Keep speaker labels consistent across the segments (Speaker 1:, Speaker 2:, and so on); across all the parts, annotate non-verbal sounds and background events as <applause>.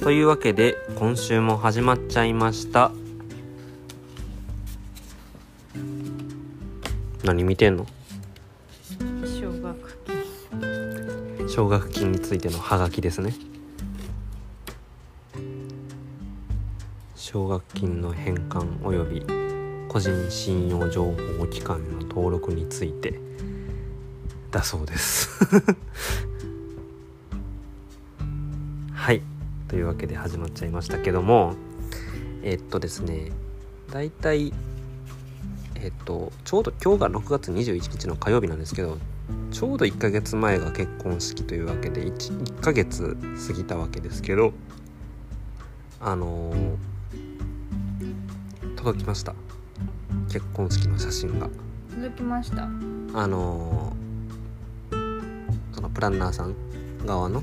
Speaker 1: というわけで今週も始まっちゃいました何見てんの
Speaker 2: 奨学金
Speaker 1: 奨学金についてのハガキですね奨学金の返還及び個人信用情報機関への登録についてだそうです <laughs> はいというわけで始まっちゃいましたけどもえっとですねだいたいえっとちょうど今日が6月21日の火曜日なんですけどちょうど1ヶ月前が結婚式というわけで 1, 1ヶ月過ぎたわけですけどあのー届きました結婚式の写真が
Speaker 2: 続きました
Speaker 1: あのーそのプランナーさん側の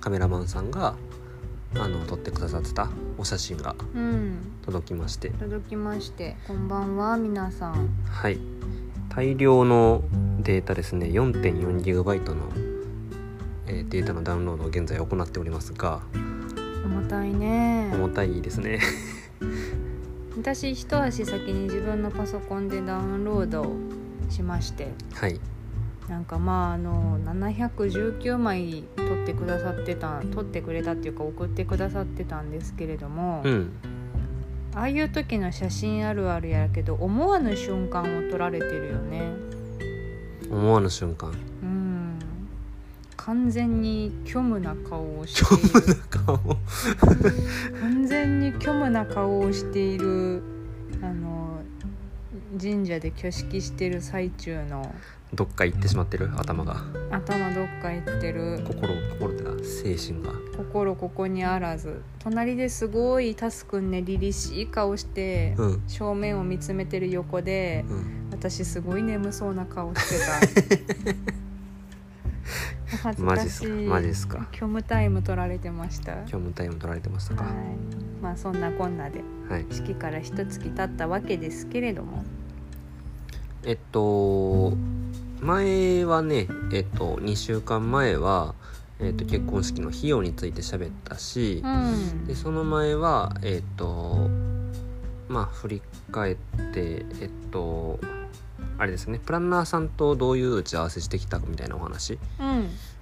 Speaker 1: カメラマンさんがあの撮ってくださってたお写真が
Speaker 2: うん
Speaker 1: 届きまして
Speaker 2: 届きましてこんばんは皆さん
Speaker 1: はい大量のデータですね 4.4GB の、えーデータのダウンロードを現在行っておりますが
Speaker 2: 重たいね
Speaker 1: 重たいですね <laughs>
Speaker 2: 私一足先に自分のパソコンでダウンロードをしまして
Speaker 1: はい
Speaker 2: なんかまああの719枚撮ってくださってた撮ってくれたっていうか送ってくださってたんですけれども、
Speaker 1: うん
Speaker 2: ああいう時の写真あるあるやけど思わぬ瞬間を撮られてるよね
Speaker 1: 思わぬ瞬間 <laughs>
Speaker 2: うん完全に虚無な顔をして
Speaker 1: 虚
Speaker 2: い
Speaker 1: <laughs>
Speaker 2: る
Speaker 1: 無な顔
Speaker 2: 完全に虚無な顔をしているあの神社で挙式してる最中の
Speaker 1: どっか行ってしまってる頭が
Speaker 2: 頭どっか行ってる
Speaker 1: 心心ってな精神が
Speaker 2: 心ここにあらず隣ですごいタスくんね凛々しい顔して、
Speaker 1: うん
Speaker 2: 正面を見つめてる横で
Speaker 1: うん
Speaker 2: 私すごい眠そうな顔して
Speaker 1: <laughs>
Speaker 2: た恥ず
Speaker 1: マジ
Speaker 2: か
Speaker 1: っす
Speaker 2: しい
Speaker 1: かマジっすか
Speaker 2: 虚無タイム取られてましたはい
Speaker 1: 今日もタイム取られてましたか
Speaker 2: まあそんなこんなで
Speaker 1: はい
Speaker 2: 式から一月経ったわけですけれども
Speaker 1: えっと前はねえっと2週間前は、えっと、結婚式の費用について喋ったし
Speaker 2: う、ん
Speaker 1: でその前はえっとまあ振り返ってえっとあれですねプランナーさんとどういう打ち合わせしてきたかみたいなお話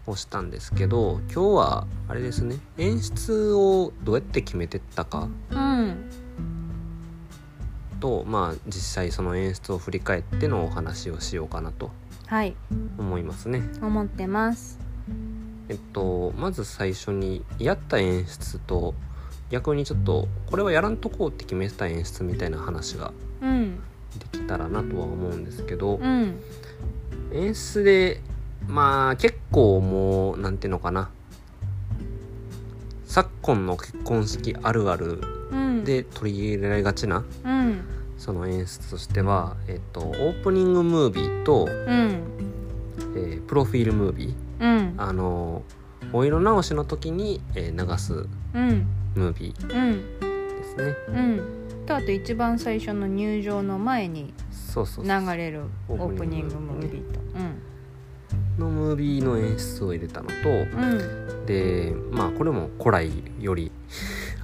Speaker 2: うん
Speaker 1: をしたんですけど今日はあれですね演出をどうやって決めてったか
Speaker 2: うん
Speaker 1: とまあ実際その演出を振り返ってのお話をしようかなと
Speaker 2: はい
Speaker 1: 思いますね。
Speaker 2: 思ってます
Speaker 1: えっとまず最初にやった演出と逆にちょっとこれはやらんとこうって決めてた演出みたいな話が
Speaker 2: うん
Speaker 1: できたらなとは思うんですけど、
Speaker 2: うん
Speaker 1: 演出でまあ結構もうなんていうのかな昨今の結婚式あるある
Speaker 2: うん
Speaker 1: で取り入れられがちな
Speaker 2: うん
Speaker 1: その演出としては、えっと、オープニングムービーと、
Speaker 2: うん
Speaker 1: えープロフィールムービー
Speaker 2: うん
Speaker 1: あのお色直しの時に、えー流す
Speaker 2: うん
Speaker 1: ムービ
Speaker 2: うん
Speaker 1: ーですね
Speaker 2: うんとあと一番最初の入場の前に
Speaker 1: そうそうそう
Speaker 2: 流れるオ
Speaker 1: オー
Speaker 2: ー
Speaker 1: プ
Speaker 2: プ
Speaker 1: ニ
Speaker 2: ニ
Speaker 1: ン
Speaker 2: ン
Speaker 1: グ
Speaker 2: グムービーと
Speaker 1: のムービーの演出を入れたのと、
Speaker 2: うんうん
Speaker 1: でまあこれも古来より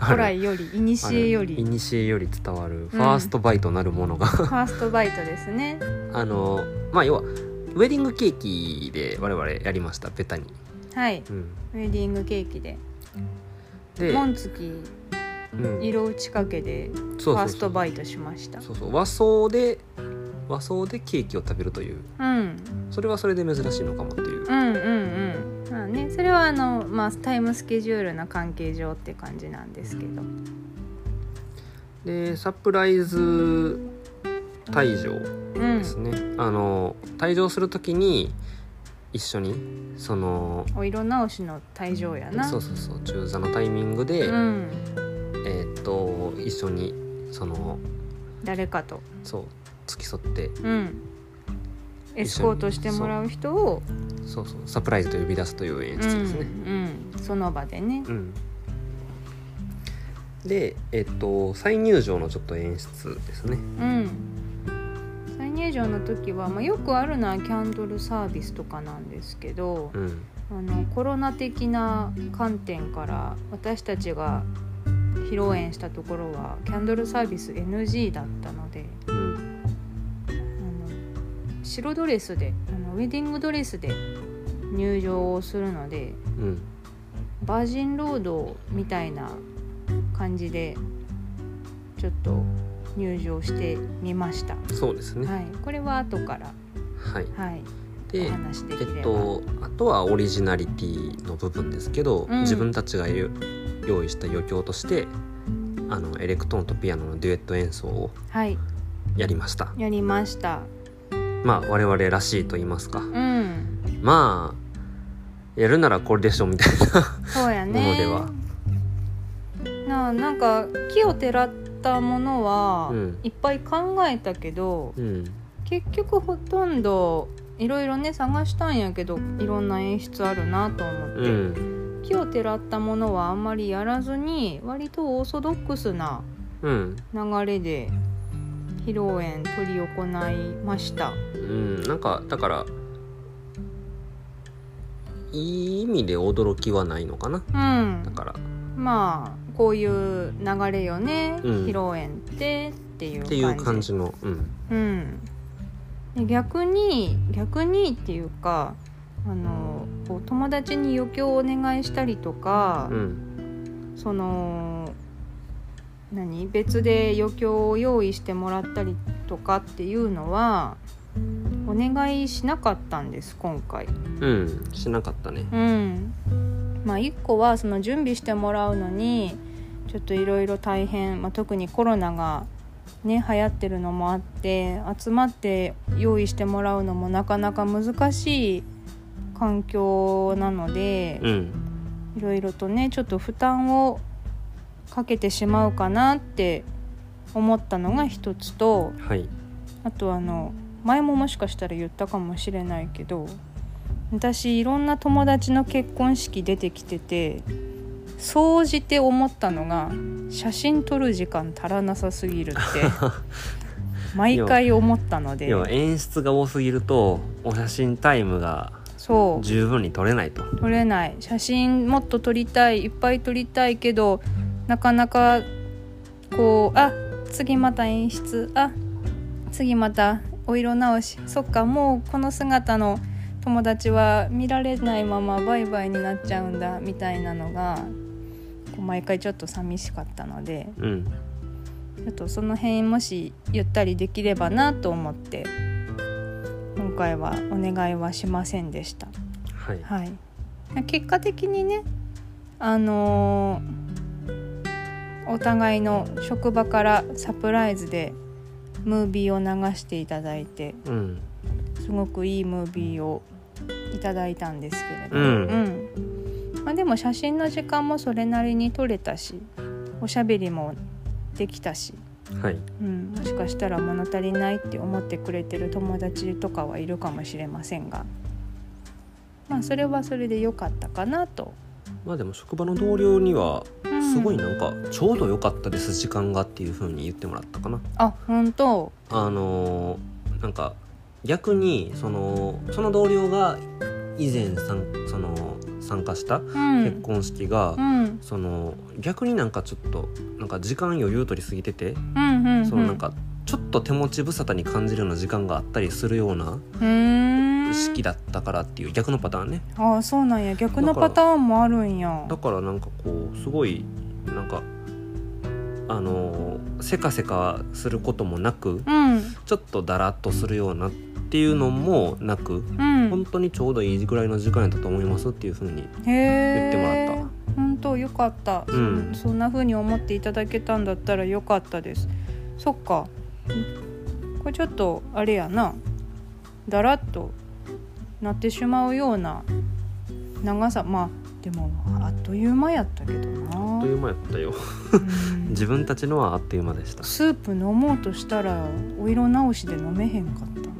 Speaker 1: あ
Speaker 2: 古
Speaker 1: る
Speaker 2: 来より古より
Speaker 1: い
Speaker 2: フ
Speaker 1: にしえより伝わるファーストバイトなるものが、 <laughs>
Speaker 2: ァーストバイトですね
Speaker 1: あのまあ要はウェディングケーキで我々やりましたベタに、
Speaker 2: はい
Speaker 1: うん、
Speaker 2: ウェディングケーキで
Speaker 1: で、
Speaker 2: 紋付
Speaker 1: うん
Speaker 2: き色打ち掛けでフ
Speaker 1: そうそうそう
Speaker 2: ァーストバイトしました
Speaker 1: そうそう和装で和装でケーキを食べるという
Speaker 2: うん
Speaker 1: それはそれで珍しいのかもっていう、
Speaker 2: うんうんうんまあねそれはあの、まあ、タイムスケジュールの関係上って感じなんですけど
Speaker 1: でサプライズ退場
Speaker 2: うん
Speaker 1: ですね、あの退場するときに一緒にその
Speaker 2: お色直しの退場やな
Speaker 1: そうそうそう中座のタイミングで、
Speaker 2: うん、
Speaker 1: えーっと一緒にその
Speaker 2: 誰かと、
Speaker 1: そう付き添って
Speaker 2: うん、
Speaker 1: 緒に
Speaker 2: エスコートしてもらう人を
Speaker 1: そうそうサプライズと呼び出すという演
Speaker 2: うん
Speaker 1: 出ですね。
Speaker 2: うんその場でね
Speaker 1: うんで、えっと、再入場のちょっと演出ですね。
Speaker 2: うん再入場の時は、まあ、よくあるのはキャンドルサービスとかなんですけど
Speaker 1: うん、
Speaker 2: あのコロナ的な観点から私たちが披露宴したところはキャンドルサービス NG だったので
Speaker 1: うん
Speaker 2: あの白ドレスであのウェディングドレスで入場をするので
Speaker 1: うん
Speaker 2: バージンロードみたいな感じでちょっと入場してみました、
Speaker 1: そうですね
Speaker 2: はい、これは後から、
Speaker 1: はい
Speaker 2: はい、
Speaker 1: で
Speaker 2: お話しで
Speaker 1: え
Speaker 2: きれば、
Speaker 1: っとあとはオリジナリティの部分ですけど、
Speaker 2: うん
Speaker 1: 自分たちがよ用意した余興としてあのエレクトーンとピアノのデュエット演奏を
Speaker 2: はい
Speaker 1: やりました
Speaker 2: やりました
Speaker 1: まあ我々らしいと言いますか
Speaker 2: うん
Speaker 1: まあやるならこれでしょみたいな
Speaker 2: そうやね
Speaker 1: ものでは
Speaker 2: なあなんか木をてらったものは、
Speaker 1: うん
Speaker 2: いっぱい考えたけど
Speaker 1: うん
Speaker 2: 結局ほとんどいろいろね探したんやけどいろんな演出あるなと思って、
Speaker 1: うん
Speaker 2: 木をてらったものはあんまりやらずに割とオーソドックスな
Speaker 1: うん
Speaker 2: 流れで披露宴取り行いました
Speaker 1: うんなんかだからいい意味で驚きはないのかな
Speaker 2: うん
Speaker 1: だから
Speaker 2: まあこういう流れよね、
Speaker 1: うん
Speaker 2: 披露宴ってっていう感
Speaker 1: っ
Speaker 2: じ
Speaker 1: ていう感じのうん
Speaker 2: うん、で逆に逆にっていうかあのこう友達に余興をお願いしたりとか、
Speaker 1: うん
Speaker 2: その何別で余興を用意してもらったりとかっていうのはお願いしなかったんです今回。
Speaker 1: うんしなかったね
Speaker 2: うんまあ、1個はその準備してもらうのにちょっといろいろ大変、まあ、特にコロナが、ね、流行ってるのもあって集まって用意してもらうのもなかなか難しい環境なので
Speaker 1: うん
Speaker 2: いろいろとねちょっと負担をかけてしまうかなって思ったのが一つと
Speaker 1: はい
Speaker 2: あとあの前ももしかしたら言ったかもしれないけど私いろんな友達の結婚式出てきてて総じて思ったのが写真撮る時間足らなさすぎ
Speaker 1: <laughs>
Speaker 2: るって毎回思ったので
Speaker 1: 要は演出が多すぎるとお写真タイムが
Speaker 2: そう
Speaker 1: 十分に撮れないと
Speaker 2: 撮れない写真もっと撮りたいいっぱい撮りたいけどなかなかこうあ次また演出あ次またお色直しそっかもうこの姿の友達は見られないままバイバイになっちゃうんだみたいなのがこう毎回ちょっと寂しかったので
Speaker 1: うん
Speaker 2: ちょっとその辺もしゆったりできればなと思って今回はお願いはしませんでした。
Speaker 1: はい
Speaker 2: はい、結果的にねあのーお互いの職場からサプライズでムービーを流していただいて
Speaker 1: うん
Speaker 2: すごくいいムービーをいただいたんですけれど、
Speaker 1: うん
Speaker 2: うんまあ、でも写真の時間もそれなりに撮れたしおしゃべりもできたし、
Speaker 1: はい
Speaker 2: うん、もしかしたら物足りないって思ってくれてる友達とかはいるかもしれませんが、まあ、それはそれで良かったかなと。
Speaker 1: まあでも職場の同僚には
Speaker 2: うん
Speaker 1: すごいなんかちょうど良かったです時間がっていう風に言ってもらったかな
Speaker 2: あ本当
Speaker 1: あのーなんか逆にそのその同僚が以前さんその参加した
Speaker 2: うん
Speaker 1: 結婚式が、
Speaker 2: うんうん
Speaker 1: その逆になんかちょっとなんか時間余裕取りすぎてて、
Speaker 2: うんうん
Speaker 1: そのなんかちょっと手持ち無沙汰に感じるような時間があったりするような
Speaker 2: うーん
Speaker 1: 式だったからっていう逆のパターンね
Speaker 2: あそうなんや逆の
Speaker 1: だから
Speaker 2: パターンもあるんや
Speaker 1: だからなんかこうすごいなんかあのーせかせかすることもなく
Speaker 2: うん
Speaker 1: ちょっとだらっとするようなっていうのもなく
Speaker 2: うん
Speaker 1: 本当にちょうどいいぐらいの時間やったと思いますっていうふうに
Speaker 2: へえ
Speaker 1: 言ってもらっ
Speaker 2: 本当よかった、
Speaker 1: うん
Speaker 2: そそんな風に思っていただけたんだったらよかったですそっかこれちょっとあれやなだらっとなってしまうような長さまあでもあっという間やったけど
Speaker 1: あ
Speaker 2: な
Speaker 1: っという間やったよ
Speaker 2: うん
Speaker 1: 自分たちのはあっという間でした
Speaker 2: スープ飲もうとしたらお色直しで飲めへんかった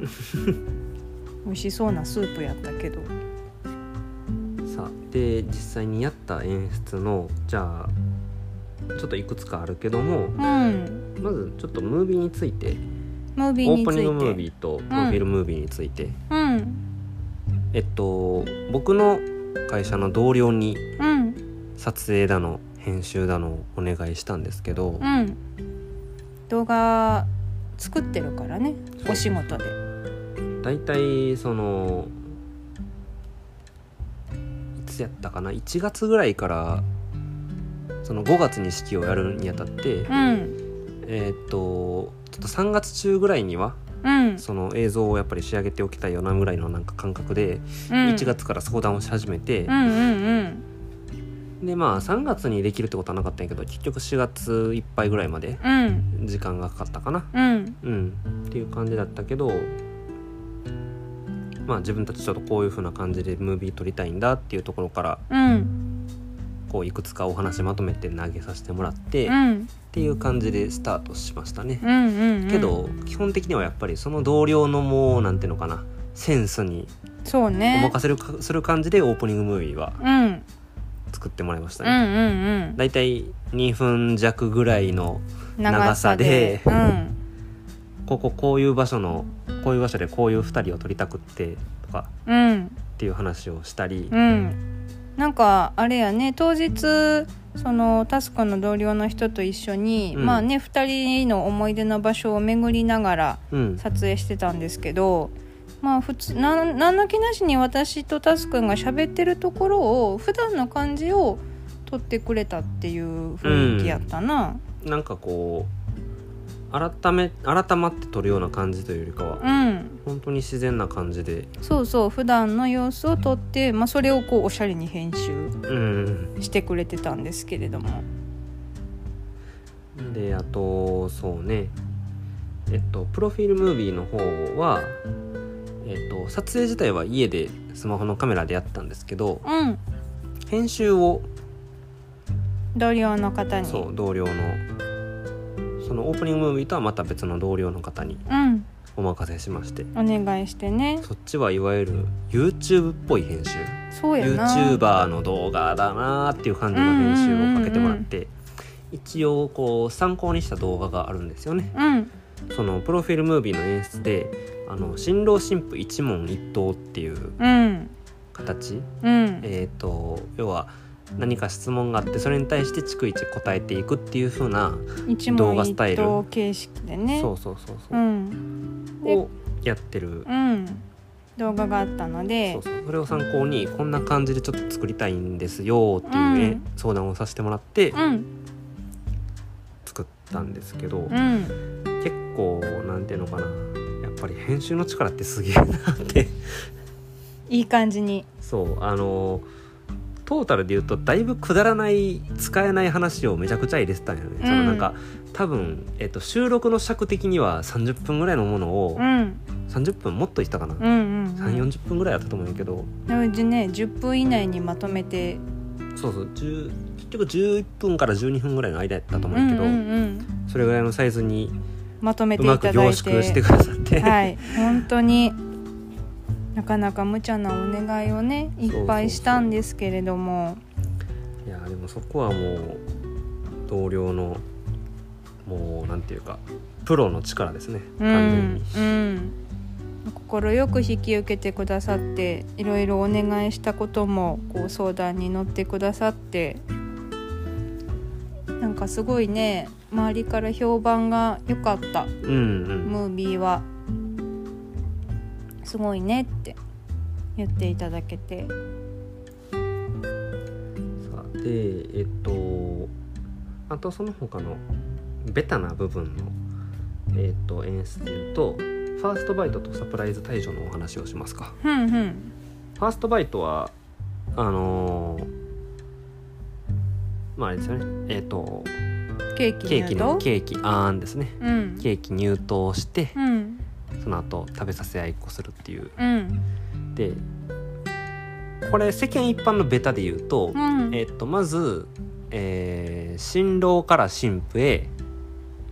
Speaker 1: <laughs>
Speaker 2: 美味しそうなスープやったけど
Speaker 1: さあで実際にやった演出のじゃあちょっといくつかあるけども
Speaker 2: うん
Speaker 1: まずちょっとムービーについて
Speaker 2: ムービー
Speaker 1: オー
Speaker 2: につ
Speaker 1: プニングムー
Speaker 2: いて
Speaker 1: ビーとプロフィールムービーについて、
Speaker 2: うん
Speaker 1: えっと僕の会社の同僚に
Speaker 2: うん
Speaker 1: 撮影だの編集だのをお願いしたんですけど、
Speaker 2: うん動画作ってるからねお仕事で
Speaker 1: 大体そのいつやったかな1月ぐらいからその5月に式をやるにあたって、
Speaker 2: うん
Speaker 1: えーっとちょっと3月中ぐらいには
Speaker 2: うん
Speaker 1: その映像をやっぱり仕上げておきたいよなぐらいのなんか感覚で、
Speaker 2: うん
Speaker 1: 1月から相談をし始めて
Speaker 2: う、んうんうん
Speaker 1: でまあ3月にできるってことはなかったんやけど結局4月いっぱいぐらいまで
Speaker 2: うん
Speaker 1: 時間がかかったかな、
Speaker 2: うん
Speaker 1: うん、っていう感じだったけどまあ自分たちちょっとこういう風な感じでムービー撮りたいんだっていうところから
Speaker 2: うん
Speaker 1: こういくつかお話まとめて投げさせてもらって、
Speaker 2: う
Speaker 1: っ
Speaker 2: ん
Speaker 1: ていう感じでスタートしましたね。
Speaker 2: うんうん
Speaker 1: けど基本的にはやっぱりその同僚のもうなんていうのかなセンスに
Speaker 2: そう
Speaker 1: お
Speaker 2: ね
Speaker 1: 任せるかする感じでオープニングムービーは
Speaker 2: うんうん
Speaker 1: 作ってもらいました
Speaker 2: う
Speaker 1: ね。
Speaker 2: ん
Speaker 1: だいたい2分弱ぐらいの
Speaker 2: うん
Speaker 1: 長さで
Speaker 2: 長さで
Speaker 1: こここういう場所のこういう場所でこういう2人を撮りたくってとか
Speaker 2: うんうん
Speaker 1: っていう話をしたり、
Speaker 2: うん、なんかあれやね当日そのタスクの同僚の人と一緒に、
Speaker 1: うん
Speaker 2: まあね2人の思い出の場所を巡りながら
Speaker 1: うん
Speaker 2: 撮影してたんですけどまあ普通なん何の気なしに私とタスくんが喋ってるところを普段の感じを撮ってくれたっていう雰囲気やったな。
Speaker 1: なんかこう改め改まって撮るような感じというよりかは、
Speaker 2: うん、
Speaker 1: 本当に自然な感じで、
Speaker 2: そうそう普段の様子を撮って、まあ、それをこうおしゃれに編集
Speaker 1: うん、
Speaker 2: してくれてたんですけれども。
Speaker 1: であとそうねえっとプロフィールムービーの方は、えっと、撮影自体は家でスマホのカメラでやったんですけど
Speaker 2: うん
Speaker 1: 編集を
Speaker 2: 同僚の方に
Speaker 1: そう同僚のそのオープニングムービーとはまた別の同僚の方に
Speaker 2: うん、
Speaker 1: お任せしまして
Speaker 2: お願いしてね
Speaker 1: そっちはいわゆる YouTube っぽい編集
Speaker 2: そうやな
Speaker 1: YouTuber の動画だなーっていう感じの編集をかけてもらって、一応こう参考にした動画があるんですよね
Speaker 2: うん
Speaker 1: そのプロフィールムービーの演出であの新郎新婦一問一答っていう
Speaker 2: うん
Speaker 1: 形、
Speaker 2: うん
Speaker 1: えー、と要は何か質問があってそれに対して逐一答えていくっていう風な、
Speaker 2: 一
Speaker 1: 動
Speaker 2: 問
Speaker 1: 画スタイ
Speaker 2: 一
Speaker 1: ル
Speaker 2: 答形式でね
Speaker 1: そうそうそう
Speaker 2: う
Speaker 1: そう、
Speaker 2: んで
Speaker 1: をやってる、
Speaker 2: うん動画があったので
Speaker 1: そうそうそれを参考にこんな感じでちょっと作りたいんですよっていうね、相談をさせてもらって
Speaker 2: うん
Speaker 1: 作ったんですけど、
Speaker 2: うん
Speaker 1: 結構なんていうのかなやっぱり編集の力ってすげえなって
Speaker 2: いい感じに
Speaker 1: そうあのトータルで言うとだいぶくだらない使えない話をめちゃくちゃ入れてたんよね、
Speaker 2: うん
Speaker 1: そのなんか多分、えっと、収録の尺的には30分ぐらいのものを、
Speaker 2: うん
Speaker 1: 30分もっといったかな、
Speaker 2: うんうん
Speaker 1: 3
Speaker 2: うん
Speaker 1: 4 0分ぐらいだったと思うんやけど
Speaker 2: なうちね10分以内にまとめて
Speaker 1: そうそう10結局11分から12分ぐらいの間だったと
Speaker 2: う
Speaker 1: 思
Speaker 2: ん
Speaker 1: う
Speaker 2: うん
Speaker 1: やけ
Speaker 2: ん
Speaker 1: ど、
Speaker 2: うん
Speaker 1: それぐらいのサイズに
Speaker 2: まとめ
Speaker 1: う
Speaker 2: てい
Speaker 1: ま
Speaker 2: ただ
Speaker 1: く
Speaker 2: い
Speaker 1: 凝
Speaker 2: て
Speaker 1: 縮してくださって、
Speaker 2: はい本当になかなか無茶なお願いをねいっぱいしたんですけれども
Speaker 1: いやでもそこはもう同僚のもうなんていうかプロの力ですね
Speaker 2: う
Speaker 1: 完全
Speaker 2: ん
Speaker 1: に、
Speaker 2: うん、心よく引き受けてくださっていろいろお願いしたこともこう相談に乗ってくださってなんかすごいね周りから評判が良かった
Speaker 1: うんうん
Speaker 2: ムービーはすごいねって言っていただけて
Speaker 1: さあでえっとあとその他のベタな部分の、えっと、演出で言うとファーストバイトとサプライズ退場のお話をしますか
Speaker 2: ふんふん
Speaker 1: ファーストバイトはあのーまああれですよねえっと
Speaker 2: ケーキ
Speaker 1: ケーキ
Speaker 2: 入
Speaker 1: の
Speaker 2: 刀
Speaker 1: ケーキあーんですね
Speaker 2: うん
Speaker 1: ケーキ入刀して
Speaker 2: うん
Speaker 1: その後食べさせ合いっこするっていう
Speaker 2: うん
Speaker 1: でこれ世間一般のベタで言うと、
Speaker 2: うん
Speaker 1: えっとまず、えー新郎から新婦へ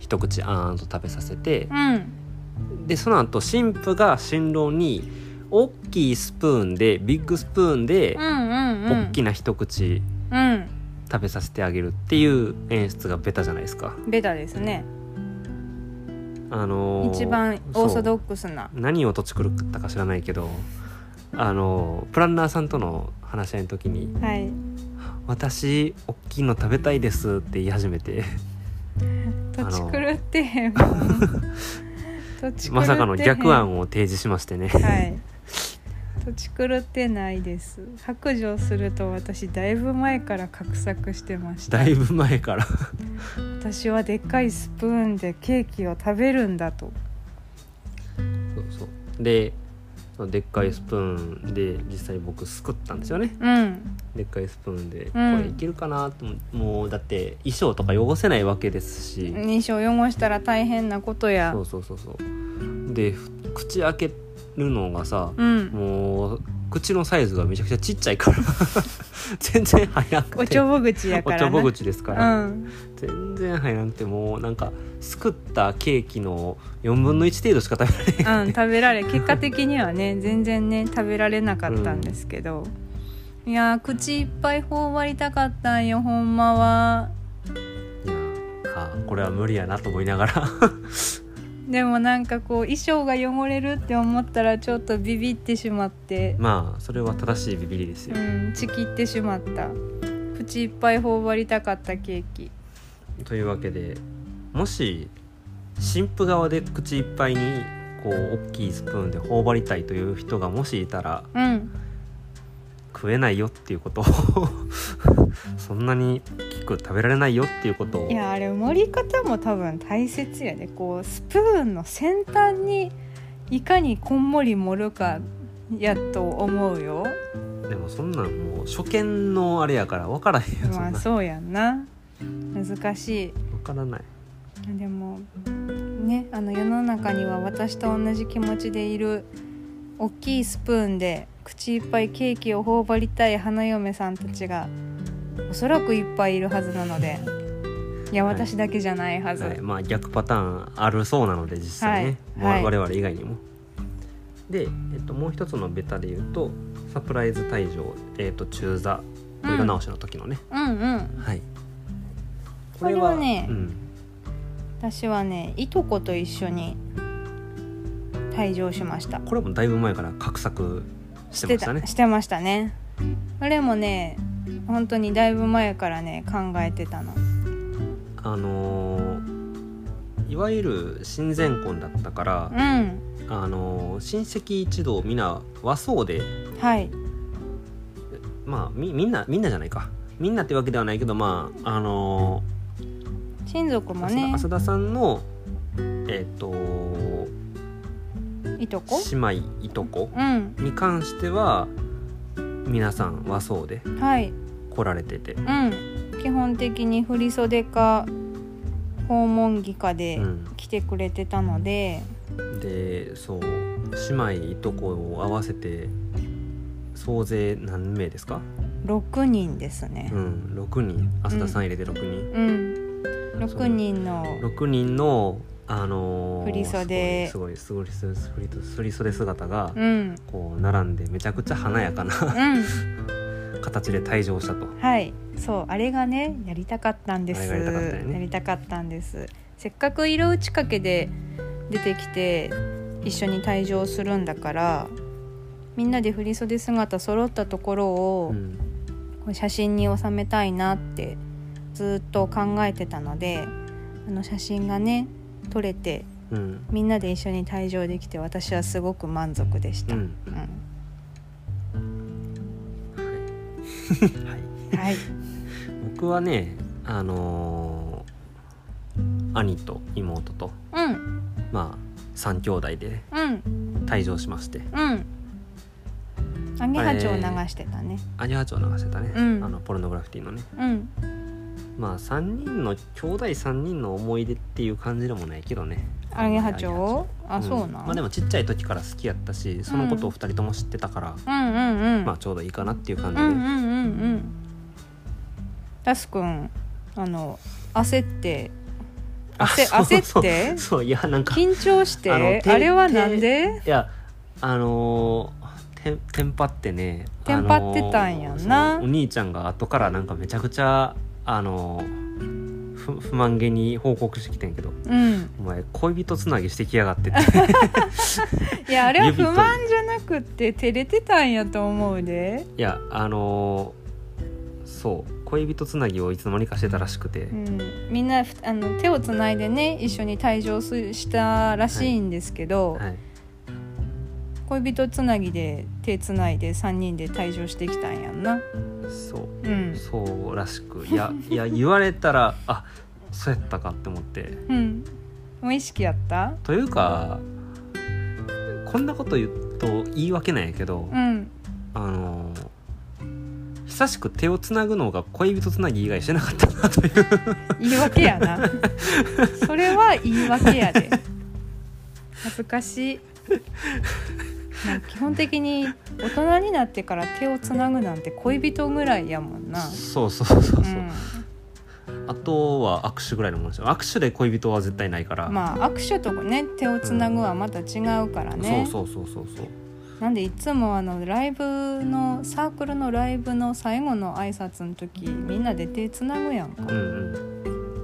Speaker 1: 一口あーんと食べさせて
Speaker 2: うん
Speaker 1: でその後新婦が新郎に大きいスプーンでビッグスプーンで
Speaker 2: うんうんうん
Speaker 1: 大きな一口
Speaker 2: うん
Speaker 1: 食べさせてあげるっていう演出がベタじゃないですか。
Speaker 2: ベタですね
Speaker 1: あのー
Speaker 2: 一番オー
Speaker 1: そ
Speaker 2: ソ
Speaker 1: う
Speaker 2: ドックスな
Speaker 1: 何を土地狂ったか知らないけどあのプランナーさんとの話し合いの時に
Speaker 2: はい
Speaker 1: 「私おっきいの食べたいです」って言い始めて
Speaker 2: 土
Speaker 1: あ
Speaker 2: 地
Speaker 1: の
Speaker 2: 狂ってへんもん土地狂ってへん
Speaker 1: まさかの <laughs> 逆案を提示しま
Speaker 2: <laughs>
Speaker 1: してね
Speaker 2: はい土地狂ってないです白状すると私だいぶ前から画策してました
Speaker 1: だいぶ前から
Speaker 2: 私はでっかいスプーンでケーキを食べるんだと
Speaker 1: そうそうでそのでっかいスプーンで実際僕すくったんですよね
Speaker 2: うん
Speaker 1: でっかいスプーンでこ
Speaker 2: うん
Speaker 1: れいけるかなと思って、もうだって衣装とか汚せないわけですし、
Speaker 2: 認証汚したら大変なことや
Speaker 1: そうそうそうそうでふ口開けるのがさ、
Speaker 2: うん
Speaker 1: もう口のサイズがめちゃくちゃちっちゃいから
Speaker 2: <laughs>
Speaker 1: 全然入らなくて
Speaker 2: おちょぼ口やから
Speaker 1: おちょぼ
Speaker 2: な
Speaker 1: 口ですから、
Speaker 2: うん
Speaker 1: 全然入らなくてもうなんかすくったケーキの4分の1程度しか食べられない
Speaker 2: うん、食べられ結果的にはね全然ね食べられなかったんですけど、いやー口いっぱい頬張りたかったんよほんまはい
Speaker 1: やあこれは無理やなと思いながら <laughs>
Speaker 2: でもなんかこう衣装が汚れるって思ったらちょっとビビってしまって、
Speaker 1: まあそれは正しいビビりですよ、
Speaker 2: うん、ちきってしまった口いっぱい頬張りたかったケーキ
Speaker 1: というわけでもし新婦側で口いっぱいにこう大きいスプーンで頬張りたいという人がもしいたら
Speaker 2: うん
Speaker 1: 食えないよっていうことを <laughs> そんなに大きく食べられないよっていうことを
Speaker 2: いやあれ盛り方も多分大切やねこうスプーンの先端にいかにこんもり盛るかやと思うよ
Speaker 1: でもそんなんもう初見のあれやから分からへんよそん
Speaker 2: ま
Speaker 1: な
Speaker 2: あ
Speaker 1: ん
Speaker 2: そうやんな難し
Speaker 1: 分からない
Speaker 2: いでもねあの世の中には私と同じ気持ちでいる大きいスプーンで口いっぱいケーキを頬張りたい花嫁さんたちがおそらくいっぱいいるはずなのでいや
Speaker 1: はい
Speaker 2: 私だけじゃないはず、
Speaker 1: はい、まあ逆パターンあるそうなので実際ね、
Speaker 2: はい
Speaker 1: 我々以外にも。で、えっと、もう一つのベタで言うとサプライズ退場、えっと、中座お色直しの時のね、
Speaker 2: うんうん
Speaker 1: はい
Speaker 2: これはね
Speaker 1: うん、
Speaker 2: 私はねいとこと一緒に退場しました
Speaker 1: これもだいぶ前から画策してましたね
Speaker 2: してしてましたねあれもね本当にだいぶ前からね考えてたの
Speaker 1: あのーいわゆる親善婚だったから
Speaker 2: う、ん
Speaker 1: あのー親戚一同皆和装で
Speaker 2: はい
Speaker 1: まあみみんなみんなじゃないかみんなってわけではないけどまああの
Speaker 2: 親族も
Speaker 1: ー浅
Speaker 2: ね
Speaker 1: 田浅田さんのえっ、と
Speaker 2: いとこ
Speaker 1: 姉妹いとこ
Speaker 2: うん
Speaker 1: に関しては皆さん和装で
Speaker 2: はい
Speaker 1: 来られてて、
Speaker 2: うん基本的に振袖か訪問着かで
Speaker 1: うん、
Speaker 2: 来てくれてたので、
Speaker 1: でそう姉妹いとこを合わせて総勢何名ですか、
Speaker 2: 6人ですね
Speaker 1: うん、6人浅田さん入れて6人、
Speaker 2: うん、6人の
Speaker 1: 6人のあのー
Speaker 2: 振り袖
Speaker 1: すごいすごいすごいすごいすごい振り袖姿が
Speaker 2: うん
Speaker 1: こう並んでめちゃくちゃ華やかな
Speaker 2: うん
Speaker 1: 形で退場したと
Speaker 2: はい、そうあれがねやりたかったんです。
Speaker 1: あれがやりたかったよね
Speaker 2: やりたかったんです。せっかく色打ち掛けで出てきて一緒に退場するんだから、みんなで振袖姿揃ったところを
Speaker 1: う、ん
Speaker 2: こう写真に収めたいなってずっと考えてたので、あの写真がね撮れて
Speaker 1: うん
Speaker 2: みんなで一緒に退場できて私はすごく満足でし
Speaker 1: う
Speaker 2: た。
Speaker 1: ん
Speaker 2: うん
Speaker 1: はい、はい、
Speaker 2: はい、
Speaker 1: 僕はねあのー兄と妹と
Speaker 2: うん
Speaker 1: まあ3兄弟で
Speaker 2: うん
Speaker 1: 退場しまして
Speaker 2: うん。アゲハチョウ流してたね。
Speaker 1: アニハチョウ流してたね、
Speaker 2: うん
Speaker 1: あのポルノグラフィティのね
Speaker 2: うん。
Speaker 1: まあ3人の兄弟3人の思い出っていう感じでもないけどね
Speaker 2: アゲハチョウ。
Speaker 1: う
Speaker 2: あ、
Speaker 1: ん
Speaker 2: そうなん。
Speaker 1: まあでもちっちゃい時から好きやったしそのことを2人とも知ってたから、
Speaker 2: うんうんうん。
Speaker 1: まあちょうどいいかなっていう感じ
Speaker 2: う
Speaker 1: で、
Speaker 2: んうんうんうん。ダス君。あの。焦って。
Speaker 1: あそ
Speaker 2: 焦
Speaker 1: うそう
Speaker 2: 焦っ
Speaker 1: <laughs>
Speaker 2: て
Speaker 1: そういやなんかい
Speaker 2: 緊張して。
Speaker 1: あの
Speaker 2: あ
Speaker 1: て
Speaker 2: れはなんで。
Speaker 1: やあのーてテンパってね
Speaker 2: テンパってたんやんな
Speaker 1: あのーそうお兄ちゃんが後からなんかめちゃくちゃあのーふ不満げに報告してきたんやけど
Speaker 2: うん
Speaker 1: お前恋人つなぎしてきやがってって
Speaker 2: <laughs>
Speaker 1: <laughs>
Speaker 2: いやあれは
Speaker 1: 指
Speaker 2: 不
Speaker 1: と
Speaker 2: 満じゃなくって照れてたんやと思うで
Speaker 1: いやあのーそう恋人つなぎをいつの間にかしてたらしくて、
Speaker 2: うん、みんなふあの手をつないでね一緒に退場すしたらしいんですけど、
Speaker 1: はい、
Speaker 2: 恋人つなぎで手つないで3人で退場してきたんやんな
Speaker 1: そう
Speaker 2: うん
Speaker 1: そうらしくい
Speaker 2: <laughs>
Speaker 1: やいや言われたらあそうやったかって思って
Speaker 2: うん無意識やった
Speaker 1: というかこんなこと言うと言い訳なんやけど、
Speaker 2: うん
Speaker 1: あのー久しく手をつなぐのが恋人つなぎ以外してなかったなという
Speaker 2: 言い訳
Speaker 1: <laughs>
Speaker 2: やなそれは言い訳やで恥ずかしいなんか基本的に大人になってから手をつなぐなんて恋人ぐらいやもんな
Speaker 1: そうそうそうそう、
Speaker 2: う
Speaker 1: あとは握手ぐらいのものですよ握手で恋人は絶対ないから、
Speaker 2: ん、まあ握手とかね手をつなぐはまた違うからね、
Speaker 1: そうそうそうそうそう
Speaker 2: なんでいつもあのライブのサークルのライブの最後の挨拶の時みんなで手つなぐやんか、
Speaker 1: うんうん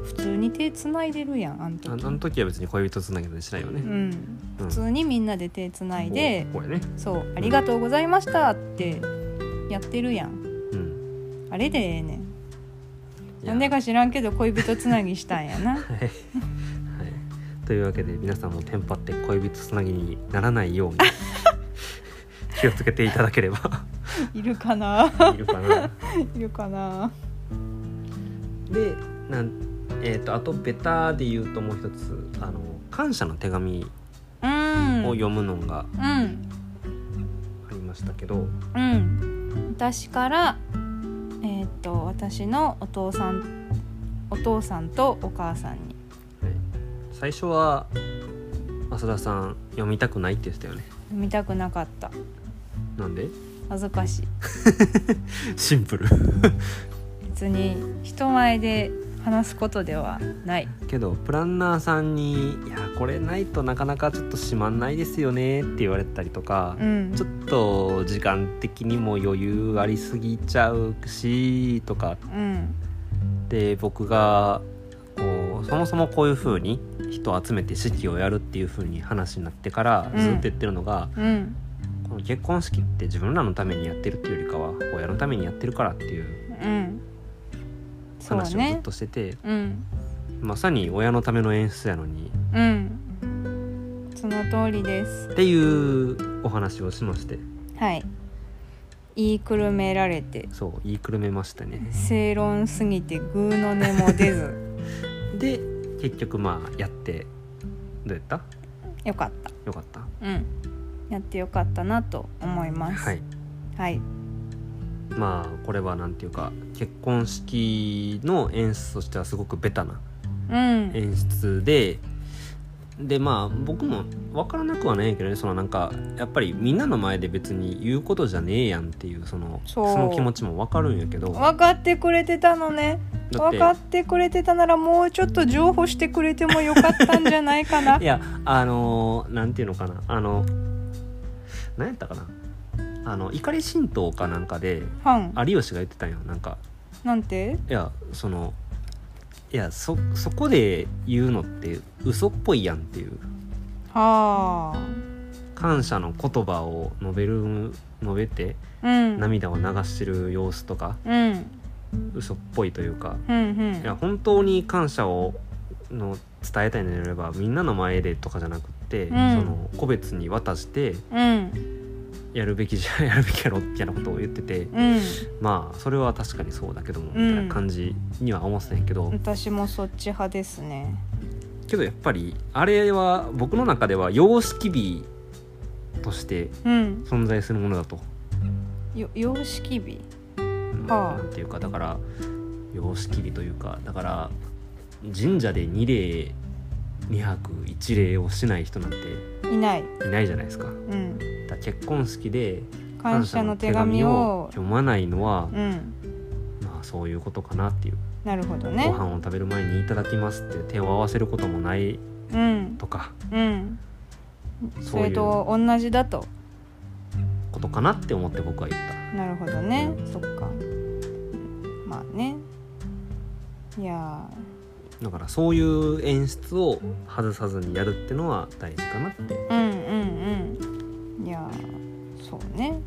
Speaker 2: 普通に手つないでるやんあの
Speaker 1: ああ
Speaker 2: 時
Speaker 1: の時は別に恋人つなぎなんてしないよ
Speaker 2: う
Speaker 1: ね、
Speaker 2: ん、
Speaker 1: うん
Speaker 2: 普通にみんなで手つないで
Speaker 1: こうこれね
Speaker 2: 「そうありがとうございました」ってやってるやん
Speaker 1: うん
Speaker 2: あれでええね
Speaker 1: い
Speaker 2: ん
Speaker 1: や
Speaker 2: なんでか知らんけど恋人つなぎしたんやな
Speaker 1: はい、はい、というわけで皆さんもテンパって恋人つなぎにならない <laughs> ように気をつけていただければ
Speaker 2: いるかない
Speaker 1: るかな。
Speaker 2: いるかな
Speaker 1: でなん、えー、とあとベタで言うともう一つあの感謝の手紙
Speaker 2: うん
Speaker 1: を読むのが
Speaker 2: うん
Speaker 1: ありましたけど、
Speaker 2: うん、私から、えーっと私のお父さんお父さんとお母さんに
Speaker 1: はい最初は増田さん読みたくないって言ってたよね。
Speaker 2: 読みたくなかった
Speaker 1: なんで
Speaker 2: 恥ずかしい
Speaker 1: シンプル
Speaker 2: 別に人前で話すことではない
Speaker 1: けどプランナーさんに「いやこれないとなかなかちょっとしまんないですよね」って言われたりとか、
Speaker 2: うん
Speaker 1: ちょっと時間的にも余裕ありすぎちゃうしとか
Speaker 2: うん
Speaker 1: で僕がこうそもそもこういう風に人を集めて式をやるっていう風に話になってから
Speaker 2: うん
Speaker 1: ずっと言ってるのが、
Speaker 2: うん
Speaker 1: この結婚式って自分らのためにやってるっていうよりかは親のためにやってるからっていう
Speaker 2: うんそう
Speaker 1: 話をず
Speaker 2: ね
Speaker 1: っとしてて、
Speaker 2: うん
Speaker 1: まさに親のための演出やのに
Speaker 2: うんその通りです
Speaker 1: っていうお話をしまして
Speaker 2: はい言いくるめられて
Speaker 1: そう言いくるめましたね。
Speaker 2: 正論すぎてグーの音も
Speaker 1: <laughs>
Speaker 2: 出ず
Speaker 1: で結局まあやってどうやった
Speaker 2: よかった
Speaker 1: よかった
Speaker 2: うん、やってよかったなと思います。
Speaker 1: はい、
Speaker 2: はい、
Speaker 1: まあこれはなんていうか結婚式の演出としてはすごくベタな
Speaker 2: うん、
Speaker 1: 演出ででまあ僕も分からなくはないけどねそのなんかやっぱりみんなの前で別に言うことじゃねえやんっていうその
Speaker 2: そう
Speaker 1: の気持ちも分かるんやけど
Speaker 2: 分かってくれてたのね。
Speaker 1: だ
Speaker 2: 分か
Speaker 1: っ
Speaker 2: ってくれてたなら、もうちょっと情報してくれてもよかったんじゃないか
Speaker 1: <laughs>
Speaker 2: な
Speaker 1: てい。やあのーなんていうのかなあの何やったかなあの怒り神道かなんかで
Speaker 2: はん、
Speaker 1: 有吉が言ってたんよなんか
Speaker 2: なんて。
Speaker 1: いやそのいやそそこで言うのって嘘っぽいやんっていう
Speaker 2: はあ。
Speaker 1: 感謝の言葉を述べる述べて
Speaker 2: うん。
Speaker 1: 涙を流してる様子とか
Speaker 2: うん。
Speaker 1: 嘘っぽいというか
Speaker 2: うん、う
Speaker 1: いや
Speaker 2: ん。
Speaker 1: 本当に感謝をの伝えたいのであればみんなの前でとかじゃなくって、
Speaker 2: ん
Speaker 1: その個別に渡して
Speaker 2: うん、や
Speaker 1: やるべきじゃ <laughs> やるべきやろみたいなことを言ってて
Speaker 2: うん、
Speaker 1: まあそれは確かにそうだけどもみ
Speaker 2: うん
Speaker 1: たいな感じには思ってたんやけど、
Speaker 2: 私もそっち派ですね。
Speaker 1: けどやっぱりあれは僕の中では様式美として
Speaker 2: うん、
Speaker 1: 存在するものだと、
Speaker 2: よ、様式美。はあ
Speaker 1: なんていうかだから様式美というかだから神社で2礼2泊1礼をしない人なんて
Speaker 2: いない。
Speaker 1: いないじゃないですかだか
Speaker 2: うん。
Speaker 1: ら結婚式で
Speaker 2: 感謝の手紙を。
Speaker 1: 読まないのは、
Speaker 2: うん。
Speaker 1: まあそういうことかなっていう、
Speaker 2: なるほど
Speaker 1: ご
Speaker 2: ね。
Speaker 1: 飯を食べる前に「いただきます」って手を合わせることもない
Speaker 2: うん。
Speaker 1: とか
Speaker 2: うん。そ
Speaker 1: そうい
Speaker 2: れ
Speaker 1: う
Speaker 2: と同じだと
Speaker 1: ことかなって思って僕は言った。
Speaker 2: なるほどねそっかまあねいやー
Speaker 1: だからそういう演出を外さずにやるってのは大事かなって
Speaker 2: うんうんうんいやーそうね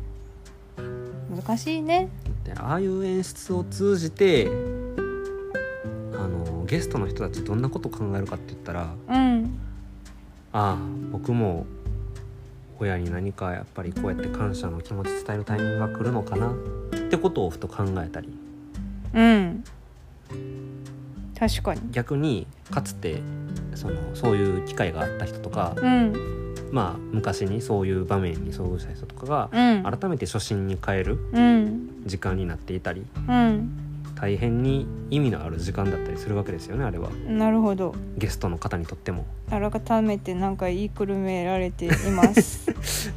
Speaker 2: 難しいね
Speaker 1: でああいう演出を通じてあのゲストの人たちどんなことを考えるかって言ったら
Speaker 2: うん
Speaker 1: ああ僕も親に何かやっぱりこうやって感謝の気持ち伝えるタイミングが来るのかなってことをふと考えたり
Speaker 2: うん確かに
Speaker 1: 逆にかつてそのそういう機会があった人とか、
Speaker 2: うん
Speaker 1: まあ、昔にそういう場面に遭遇した人とかが
Speaker 2: うん
Speaker 1: 改めて初心に変える
Speaker 2: うん
Speaker 1: 時間になっていたり
Speaker 2: うん
Speaker 1: 大変に意味のある時間だったりするわけですよねあれは
Speaker 2: なるほど
Speaker 1: ゲストの方にとっても。
Speaker 2: 改めてなんか言いくるめられています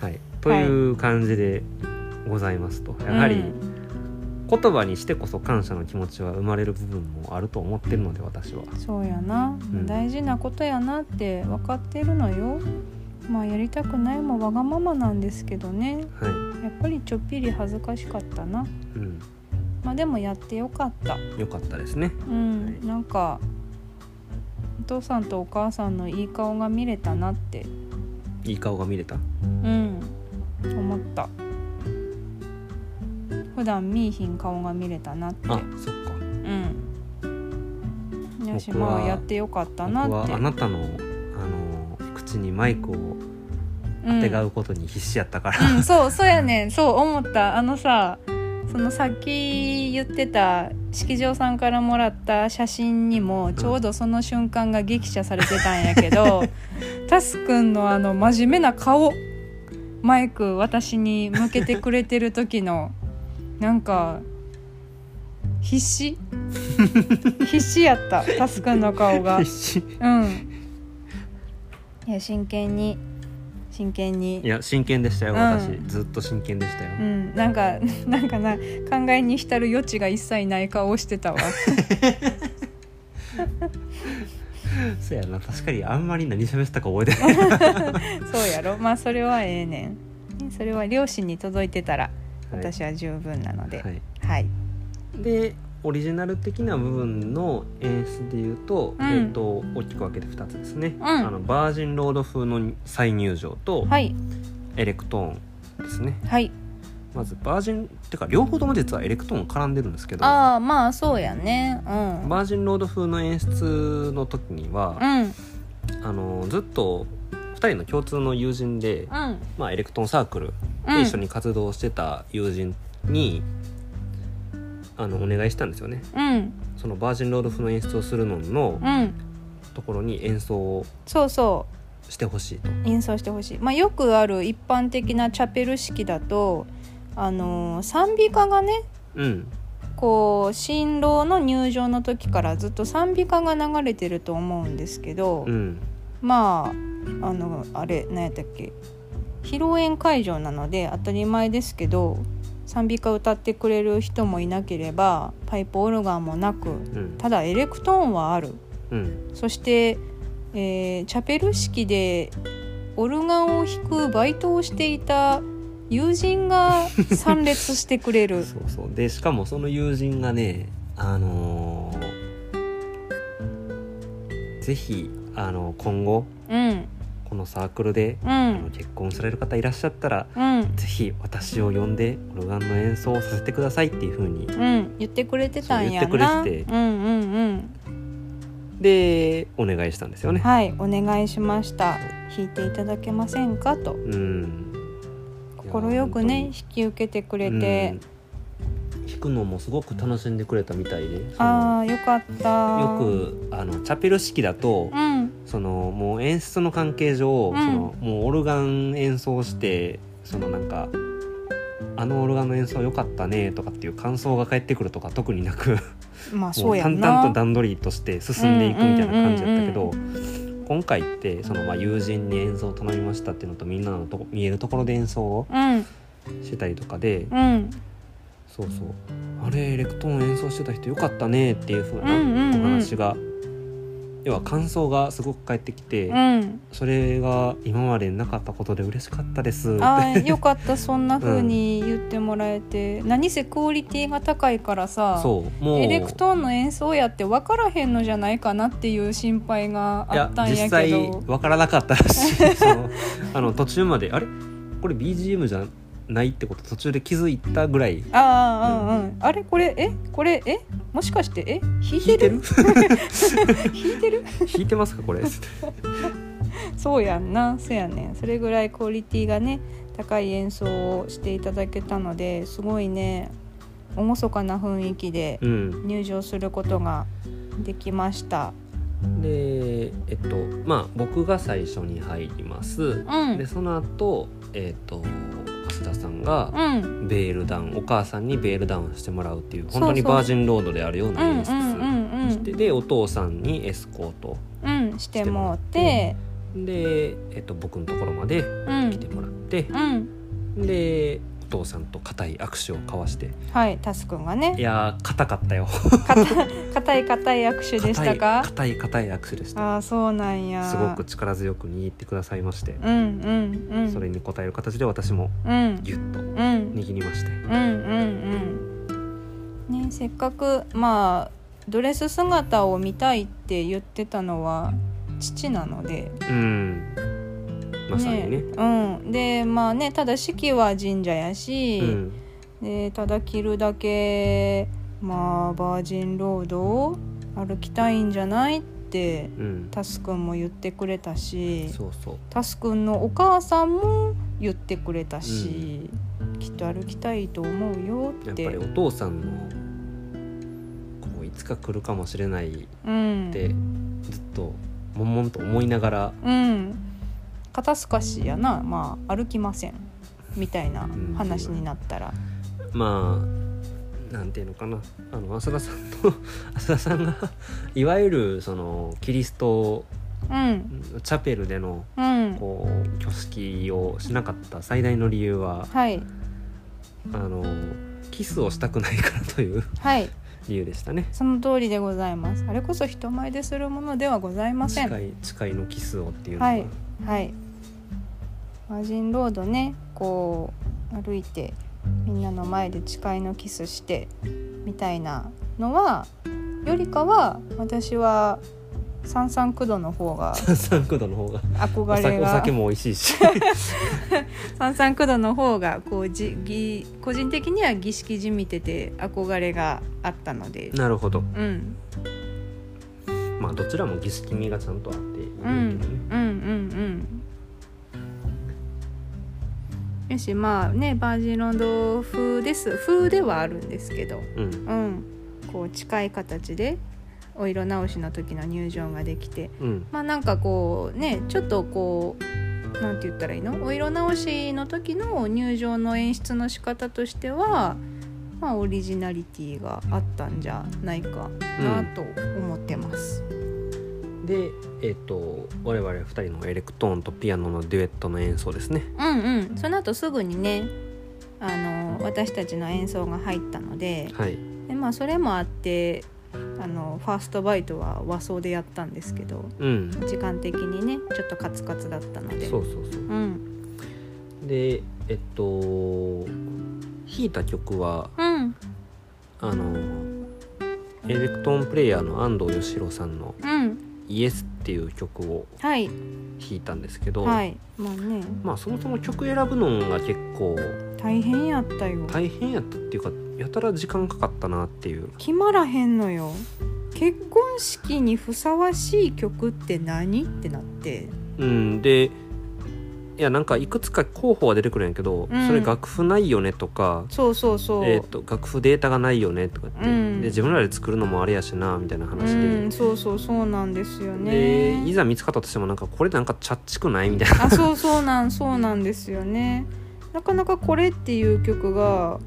Speaker 1: はい、という感じでございますと、 <laughs> やは
Speaker 2: う
Speaker 1: り
Speaker 2: ん
Speaker 1: 言葉にしてこそ感謝の気持ちは生まれる部分もあると思ってるので私は
Speaker 2: そうやな、
Speaker 1: ん
Speaker 2: 大事なことやなって分かってるのよまあやりたくないもわがままなんですけどね
Speaker 1: はい、
Speaker 2: やっぱりちょっぴり恥ずかしかったな
Speaker 1: うん、
Speaker 2: まあでもやってよかった
Speaker 1: よかったですね
Speaker 2: うん、
Speaker 1: はい
Speaker 2: なんかお父さんとお母さんのいい顔が見れたなって
Speaker 1: いい顔が見れた
Speaker 2: うん思った普段見いひん顔が見れたなって
Speaker 1: あそっか
Speaker 2: うんよし
Speaker 1: 僕は
Speaker 2: まあやってよかった
Speaker 1: 僕
Speaker 2: なっ
Speaker 1: は
Speaker 2: て
Speaker 1: あなたのあの口にマイクを
Speaker 2: うん
Speaker 1: あてがうことに必死やったから、。
Speaker 2: うん、そうそうやねんそう思ったあのさそのさっき言ってた式場さんからもらった写真にもちょうどその瞬間が激写されてたんやけど、タスくんのあの真面目な顔マイク私に向けてくれてる時のなんか必死必死やったタスくんの顔が
Speaker 1: <laughs> 必死
Speaker 2: うん、いや真剣に真剣に
Speaker 1: いや真剣でしたよ
Speaker 2: うん
Speaker 1: 私、ずっと真剣でしたよ、
Speaker 2: うん、なんか <laughs> なんかな考えに浸る余地が一切ない顔をして <laughs> たわ
Speaker 1: そうやな確かにあんまり何喋ってたか覚えてない
Speaker 2: そうやろまあそれはええねんそれは両親に届いてたら私は十分なので
Speaker 1: はい
Speaker 2: はい、
Speaker 1: でオリジナル的な部分の演出でいうと、
Speaker 2: うん
Speaker 1: えっと大きく分けて2つですね、
Speaker 2: ん
Speaker 1: あのバージンロード風の再入場と
Speaker 2: はい
Speaker 1: エレクトーンですね、
Speaker 2: はい
Speaker 1: まずバージンってか両方とも実はエレクトーン絡んでるんですけどバ
Speaker 2: ああまあそうやねうん、
Speaker 1: ージンロード風の演出の時に
Speaker 2: う
Speaker 1: は、
Speaker 2: んうん
Speaker 1: あのずっと2人の共通の友人で、まあ、エレクトーンサークル
Speaker 2: う
Speaker 1: で
Speaker 2: ん
Speaker 1: 一緒に活動してた友人に、あのお願いしたんですよね
Speaker 2: うん
Speaker 1: そのバージンロード風の演出をするのの
Speaker 2: うん
Speaker 1: ところに演奏を
Speaker 2: そうそ
Speaker 1: してほしいと。
Speaker 2: う演奏してほしいまあよくある一般的なチャペル式だとあのー賛美歌がね
Speaker 1: うん、
Speaker 2: こう新郎の入場の時からずっと賛美歌が流れてると思うんですけど、
Speaker 1: うん、
Speaker 2: まああのあれ何やったっけ披露宴会場なので当たり前ですけど賛美歌歌ってくれる人もいなければパイプオルガンもなく
Speaker 1: うん、
Speaker 2: ただエレクトーンはある
Speaker 1: うん、
Speaker 2: そして、えーチャペル式でオルガンを弾くバイトをしていた友人が参列してくれ
Speaker 1: <laughs>
Speaker 2: る。
Speaker 1: そうそうでしかもその友人がねあのーぜひあの今後
Speaker 2: うん
Speaker 1: このサークルで、
Speaker 2: う
Speaker 1: あの
Speaker 2: ん
Speaker 1: 結婚される方いらっしゃったら
Speaker 2: うん
Speaker 1: ぜひ私を呼んでオルガンの演奏をさせてくださいっていう風に
Speaker 2: うん、言ってくれてたんやな
Speaker 1: そう言ってくれてて
Speaker 2: うんうんうん
Speaker 1: でお願いしたんですよね。
Speaker 2: はいお願いしました弾いていただけませんかと
Speaker 1: うん、
Speaker 2: 快くね引き受けてくれて、
Speaker 1: うん弾くのもすごく楽しんでくれたみたいでその
Speaker 2: ああよかった
Speaker 1: よくあのチャペル式だと、
Speaker 2: うん
Speaker 1: そのもう演出の関係上、
Speaker 2: うん
Speaker 1: そのもうオルガン演奏してそのなんか「あのオルガンの演奏良かったね」とかっていう感想が返ってくるとか特になく
Speaker 2: まあ
Speaker 1: も
Speaker 2: そう
Speaker 1: う
Speaker 2: や
Speaker 1: 淡
Speaker 2: んな
Speaker 1: 々と段取りとして進んでいくみたいな感じだったけど、今回ってそのまあ友人に演奏を頼みましたっていうのとみんなのとこ見えるところで演奏を
Speaker 2: うん
Speaker 1: してたりとかで、
Speaker 2: うん
Speaker 1: そうそう「あれエレクトーン演奏してた人良かったね」っていう風
Speaker 2: うんうんう
Speaker 1: なんお話が要は感想がすごく返ってきて、
Speaker 2: うん
Speaker 1: それが今までなかったことで嬉しかったです
Speaker 2: あーよかったそんな風に言ってもらえて、何せクオリティが高いからさ
Speaker 1: そうもう
Speaker 2: エレクトーンの演奏やって分からへんのじゃないかなっていう心配があったんやけ
Speaker 1: いや
Speaker 2: ど
Speaker 1: 実際わからなかったらし
Speaker 2: <laughs>
Speaker 1: いそのあの途中まであれこれ BGM じゃないってこと途中で気づいたぐらい
Speaker 2: ああ、うんうん、あれこれえこれえもしかしてえ弾い
Speaker 1: 弾
Speaker 2: て
Speaker 1: いて
Speaker 2: る
Speaker 1: る <laughs>
Speaker 2: 弾いてる
Speaker 1: 弾いてますか
Speaker 2: <laughs>
Speaker 1: これ
Speaker 2: そうやんなそうやねんそれぐらいクオリティがね高い演奏をしていただけたのですごいね厳かな雰囲気で
Speaker 1: うん
Speaker 2: 入場することができました。
Speaker 1: でえっとまあ僕が最初に入ります、
Speaker 2: うん、
Speaker 1: でその後えっと増田さん
Speaker 2: う
Speaker 1: が
Speaker 2: ん
Speaker 1: ベールダウンお母さんにベールダウンしてもらうっていう
Speaker 2: そう
Speaker 1: 本当にバージンロードであるような
Speaker 2: うん
Speaker 1: 演出
Speaker 2: うんうん
Speaker 1: してでお父さんにエスコート
Speaker 2: うんうんしてもうて
Speaker 1: で、えっと、僕のところまで
Speaker 2: うん
Speaker 1: 来てもらって、
Speaker 2: うん
Speaker 1: でお父さんと固い握手を交わして
Speaker 2: はいタスくんが
Speaker 1: い
Speaker 2: ね
Speaker 1: やー硬かったよ
Speaker 2: 硬い硬い握手でしたか
Speaker 1: 硬い硬い硬い握手でした
Speaker 2: ああそうなんや
Speaker 1: すごく力強く握ってくださいまして、
Speaker 2: うんうんうん
Speaker 1: それに応える形で私も
Speaker 2: うん
Speaker 1: ギュッと
Speaker 2: うん
Speaker 1: 握りまして、
Speaker 2: うんうんうんねせっかくまあドレス姿を見たいって言ってたのは父なので
Speaker 1: うんまさにね
Speaker 2: うんでまあねただ式は神社やし、
Speaker 1: うん、
Speaker 2: でただ着るだけまあバージンロードを歩きたいんじゃないって
Speaker 1: うん、
Speaker 2: タスくんも言ってくれたし
Speaker 1: そうそう
Speaker 2: タスくんのお母さんも言ってくれたし、きっと歩きたいと思うよ
Speaker 1: や
Speaker 2: っ
Speaker 1: ってぱりお父さんのこういつか来るかもしれないっ
Speaker 2: うん、
Speaker 1: てずっと悶々と思いながら
Speaker 2: うん、肩透かしやなまあ歩きませんみたいな話になったら、
Speaker 1: まあなんていうのかなあの <laughs> 浅田さんと浅田さんがいわゆるそのキリスト
Speaker 2: うん
Speaker 1: チャペルでの
Speaker 2: うん
Speaker 1: こう挙式をしなかった最大の理由は
Speaker 2: はい
Speaker 1: あのキスをしたくないからという <laughs>
Speaker 2: はい
Speaker 1: 理由でしたね。
Speaker 2: その通りでございますあれこそ人前でするものではございません
Speaker 1: 誓い誓いのキスをっていうの
Speaker 2: はいはい。マジンロードね、こう歩いてみんなの前で誓いのキスしてみたいなのはよりかは私は三三九度の方が
Speaker 1: が三角度の方がお
Speaker 2: 憧れ
Speaker 1: 酒お
Speaker 2: が
Speaker 1: 酒も美味しい
Speaker 2: <laughs>
Speaker 1: し
Speaker 2: 三三九度の方がこうじぎ個人的には儀式じみてて憧れがあったので、
Speaker 1: なるほど
Speaker 2: うん、
Speaker 1: まあどちらも儀式味がちゃんとあっていいけ
Speaker 2: う
Speaker 1: ど
Speaker 2: んうん
Speaker 1: ね、
Speaker 2: うんうんよしまあねバージンロード風です風ではあるんですけど
Speaker 1: うん
Speaker 2: うんこう近い形でお色直しの時の入場ができて
Speaker 1: うん
Speaker 2: まあなんかこうねちょっとこうなんて言ったらいいのお色直しの時の入場の演出の仕方としてはまあオリジナリティがあったんじゃないかなと思ってます。
Speaker 1: で、えっと我々2人のエレクトーンとピアノのデュエットの演奏ですね。
Speaker 2: うんうんその後すぐにねあの私たちの演奏が入ったので
Speaker 1: はい、
Speaker 2: で、まあ、それもあってあのファーストバイトは和装でやったんですけど
Speaker 1: うん、
Speaker 2: 時間的にねちょっとカツカツだったので
Speaker 1: そうそうそう
Speaker 2: うん
Speaker 1: でえっと弾いた曲は
Speaker 2: うん
Speaker 1: あのエレクトーンプレイヤーの安藤義弘さんの
Speaker 2: うん
Speaker 1: 「イエスっていう曲を
Speaker 2: はい
Speaker 1: 弾いたんですけど、
Speaker 2: はいまあね
Speaker 1: まあそもそも曲選ぶのが結構
Speaker 2: 大変やったよ
Speaker 1: 大変やったっていうかやたら時間かかったなっていう
Speaker 2: 決まらへんのよ結婚式にふさわしい曲って何ってなって
Speaker 1: うん、でいやなんかいくつか候補は出てくるんやけど、
Speaker 2: うん
Speaker 1: それ楽譜ないよねとか、
Speaker 2: そうそうそう、
Speaker 1: えー、と楽譜データがないよねとかって、
Speaker 2: うん
Speaker 1: で自分らで作るのもあれやしなみたいな話
Speaker 2: う
Speaker 1: で
Speaker 2: ん、そうそうそうなんですよね
Speaker 1: でいざ見つかったとしてもなんかこれなんかチャッチくないみたいな
Speaker 2: あそうそうなんそうなんですよねなかなか「これ」っていう曲が、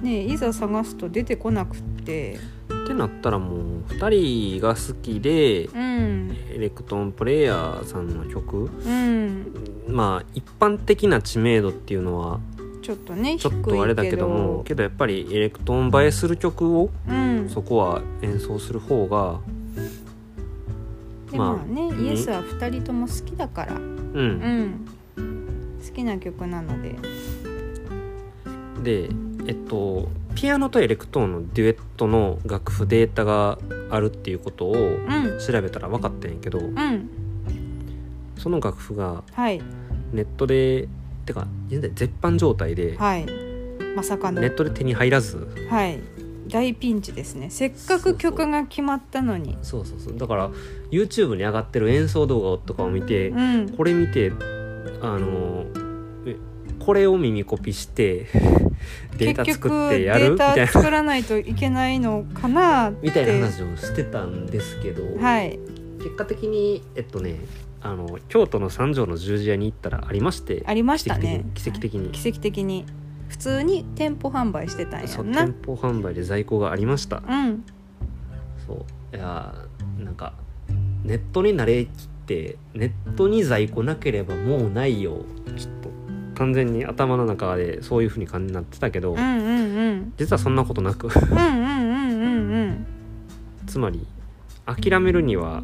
Speaker 2: ね、いざ探すと出てこなくって
Speaker 1: ってなったらもう2人が好きで
Speaker 2: うん
Speaker 1: エレクトーンプレイヤーさんの曲
Speaker 2: うん
Speaker 1: まあ一般的な知名度っていうのは
Speaker 2: ちょっとね
Speaker 1: ちょっとあれだけども
Speaker 2: 低い
Speaker 1: けどやっぱりエレクトーン映えする曲を
Speaker 2: けどうん
Speaker 1: そこは演奏する方が
Speaker 2: で
Speaker 1: まあ
Speaker 2: まあね、
Speaker 1: うん
Speaker 2: イエスは2人とも好きだから、う、
Speaker 1: うん
Speaker 2: 好きな曲なので
Speaker 1: ん、でえっとピアノとエレクトーンのデュエットの楽譜データがあるっていうことを
Speaker 2: うん
Speaker 1: 調べたら分かったんやけど
Speaker 2: うん
Speaker 1: その楽譜が
Speaker 2: はい
Speaker 1: ネットでてか現在絶版状態で
Speaker 2: はいまさかの、
Speaker 1: ネットで手に入らず
Speaker 2: はい大ピンチですねせっか
Speaker 1: そうそう
Speaker 2: く曲が決まったのに
Speaker 1: そうそうそうだから YouTube に上がってる演奏動画とかを見て
Speaker 2: うん
Speaker 1: これ見てあのえこれを耳コピしてデータ
Speaker 2: 結
Speaker 1: 作
Speaker 2: 局
Speaker 1: ってやる
Speaker 2: デ
Speaker 1: み
Speaker 2: ー
Speaker 1: たい
Speaker 2: タ
Speaker 1: な
Speaker 2: 作らないといけないのかなって
Speaker 1: みたいな話をしてたんですけど、
Speaker 2: はい
Speaker 1: 結果的にえっとねあの京都の三条の十字屋に行ったらありまして
Speaker 2: ありましたね
Speaker 1: 奇跡的に奇跡
Speaker 2: 奇跡的に普通に店舗販売してたん
Speaker 1: 的に
Speaker 2: や
Speaker 1: そうん
Speaker 2: な
Speaker 1: 店舗販売で在庫がありました
Speaker 2: うん
Speaker 1: そういやーなんかネットに慣れきってネットに在庫なければもうないよちょっと完全に頭の中でそういう風に感じになってたけど、
Speaker 2: うんうんうん
Speaker 1: 実はそんなことなく <laughs>
Speaker 2: うんうんうんうんうん
Speaker 1: つまり諦めるには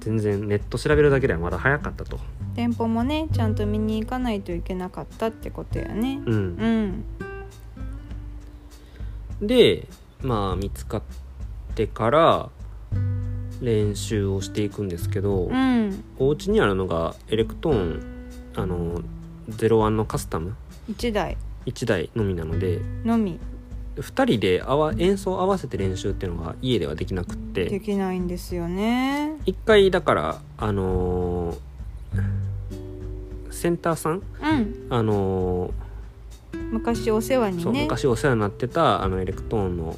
Speaker 1: 全然ネット調べるだけではまだ早かったと、
Speaker 2: 店舗もねちゃんと見に行かないといけなかったってことやね
Speaker 1: うん
Speaker 2: う、ん
Speaker 1: でまあ見つかってから練習をしていくんですけど、
Speaker 2: うん
Speaker 1: お家にあるのがエレクトーンあの01のカスタム
Speaker 2: 1台
Speaker 1: 1台のみなので
Speaker 2: のみ
Speaker 1: 2人で合わ演奏合わせて練習っていうのが家ではできなくっ
Speaker 2: で
Speaker 1: て
Speaker 2: きないんですよね
Speaker 1: 1回だからあのーセンターさん
Speaker 2: うん
Speaker 1: あのー
Speaker 2: 昔お世話に
Speaker 1: そう
Speaker 2: ね
Speaker 1: 昔お世話になってたあのエレクトーンの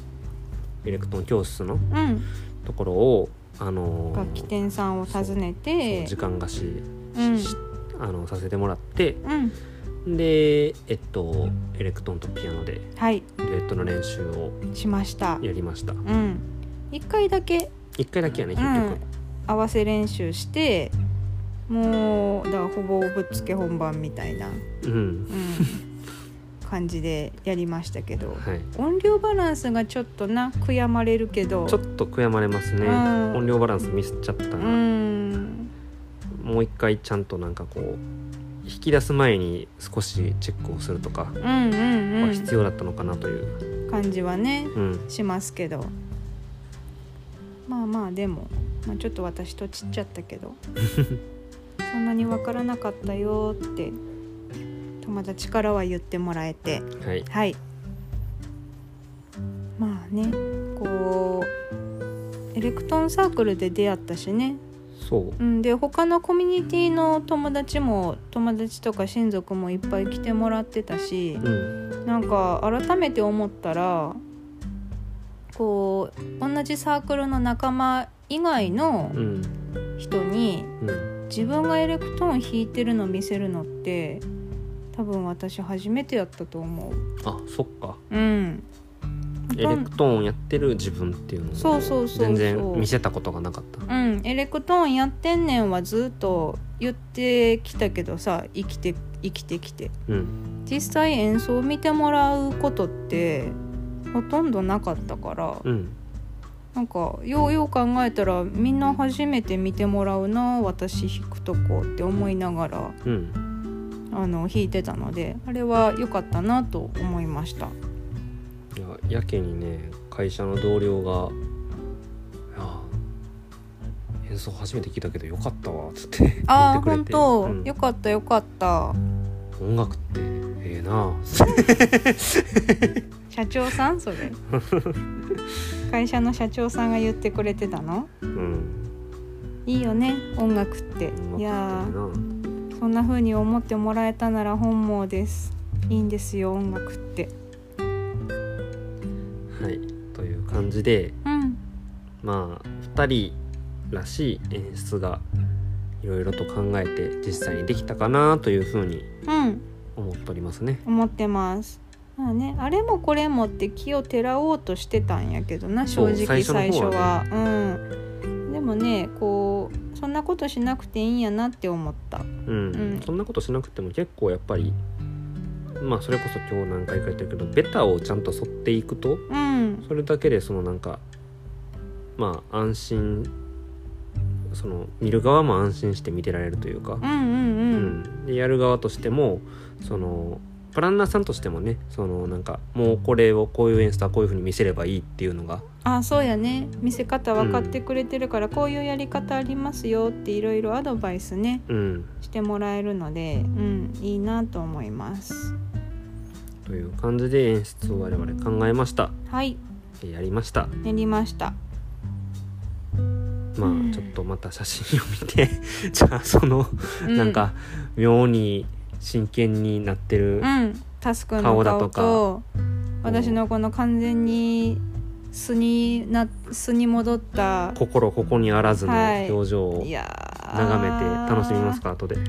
Speaker 1: エレクトーン教室の
Speaker 2: うん
Speaker 1: ところをあのー
Speaker 2: 楽器店さんを訪ね
Speaker 1: そう
Speaker 2: て
Speaker 1: 時間貸し
Speaker 2: うん
Speaker 1: しあのさせてもらって
Speaker 2: うん
Speaker 1: でえっとエレクトーンとピアノで
Speaker 2: はい
Speaker 1: デュエットの練習を
Speaker 2: しました
Speaker 1: やりました
Speaker 2: うん1回だけ
Speaker 1: 1回だけやね
Speaker 2: う
Speaker 1: 結
Speaker 2: ん合わせ練習してもうだからほぼぶっつけ本番みたいな、
Speaker 1: 局うん、
Speaker 2: うん、
Speaker 1: <laughs>
Speaker 2: 感じでやりましたけど
Speaker 1: はい
Speaker 2: 音量バランスがちょっとな悔やまれるけど
Speaker 1: ちょっと悔やまれますね、
Speaker 2: うん
Speaker 1: 音量バランスミスっちゃった
Speaker 2: う
Speaker 1: な、
Speaker 2: ん
Speaker 1: もう一回ちゃんとなんかこう引き出す前に少しチェックをするとか
Speaker 2: うんうん
Speaker 1: は
Speaker 2: う
Speaker 1: 必要だったのかなという、
Speaker 2: ん感じはね
Speaker 1: うん、
Speaker 2: しますけどまあまあでも、まあ、ちょっと私とちっちゃったけどそんなに分からなかったよって友達からは言ってもらえて
Speaker 1: はい
Speaker 2: はいまあねこうエレクトーンサークルで出会ったしね、
Speaker 1: そう
Speaker 2: うん、で他のコミュニティの友達も友達とか親族もいっぱい来てもらってたし
Speaker 1: うん
Speaker 2: なんか改めて思ったらこう同じサークルの仲間以外の
Speaker 1: うん
Speaker 2: 人に
Speaker 1: うん
Speaker 2: 自分がエレクトーン弾いてるの見せるのって多分私初めてやったと思う。
Speaker 1: あそっか
Speaker 2: うん、
Speaker 1: エレクトーンやってる自分っていうのを
Speaker 2: そうそうそうそ
Speaker 1: 全
Speaker 2: う
Speaker 1: 然見せたことがなかった
Speaker 2: うん、エレクトーンやってんねんはずっと言ってきたけどさ生きて生きてきて
Speaker 1: うん
Speaker 2: 実際演奏を見てもらうことってほとんどなかったから
Speaker 1: うん
Speaker 2: なんかようよう考えたらみんな初めて見てもらうな私弾くとこって思いながら
Speaker 1: うん
Speaker 2: あの弾いてたのであれは良かったなと思いました
Speaker 1: いややけにね会社の同僚が「いや演奏初めて聞いたけどよかったわ」っつって言ってくれて
Speaker 2: ああ本当、
Speaker 1: うん
Speaker 2: よかったよかった
Speaker 1: 音楽ってええなあ
Speaker 2: 社長さんそれ会社の社長さんが言ってくれてたの
Speaker 1: うん
Speaker 2: いいよね音楽ってい
Speaker 1: 音
Speaker 2: や
Speaker 1: 楽ってえ
Speaker 2: ーそんな風に思ってもらえたなら本望ですいいんですよ音楽って
Speaker 1: えなはいという感じで
Speaker 2: うん
Speaker 1: まあ2人らしい演出がいろいろと考えて実際にできたかなというふうに
Speaker 2: うん
Speaker 1: 思っておりますね
Speaker 2: 思ってますまあねあれもこれもって気をてらおうとしてたんやけどな
Speaker 1: そう
Speaker 2: 正直
Speaker 1: 最
Speaker 2: 最
Speaker 1: 初
Speaker 2: 初
Speaker 1: の方は
Speaker 2: はうんでもねこうそんなことしなくていいんやなって思った
Speaker 1: うん、
Speaker 2: うん
Speaker 1: そんなことしなくても結構やっぱりまあそれこそ今日何回か言ってるけどベタをちゃんと沿っていくと
Speaker 2: うん
Speaker 1: それだけでそのなんかまあ安心その見る側も安心して見てられるというか、
Speaker 2: うんうん
Speaker 1: う
Speaker 2: うん
Speaker 1: んでやる側としてもそのプランナーさんとしてもねそのなんかもうこれをこういう演出はこういうふうに見せればいいっていうのが
Speaker 2: あそうやね見せ方分かってくれてるから、こういうやり方ありますよっていろいろアドバイスね
Speaker 1: うん
Speaker 2: してもらえるので、うん、いいなと思います
Speaker 1: という感じで演出を我々考えました
Speaker 2: はい
Speaker 1: やりました
Speaker 2: 練りました
Speaker 1: ま
Speaker 2: うん
Speaker 1: あちょっとまた写真を見て <laughs> じゃあその
Speaker 2: う
Speaker 1: なんか妙に真剣になってる
Speaker 2: うんタスクの
Speaker 1: 顔
Speaker 2: 顔
Speaker 1: だ
Speaker 2: と
Speaker 1: とか
Speaker 2: 私のこの完全に素にな素に戻った
Speaker 1: 心ここにあらずの
Speaker 2: はい
Speaker 1: 表情を
Speaker 2: いやー
Speaker 1: 眺めて楽しみますか後で
Speaker 2: ちょ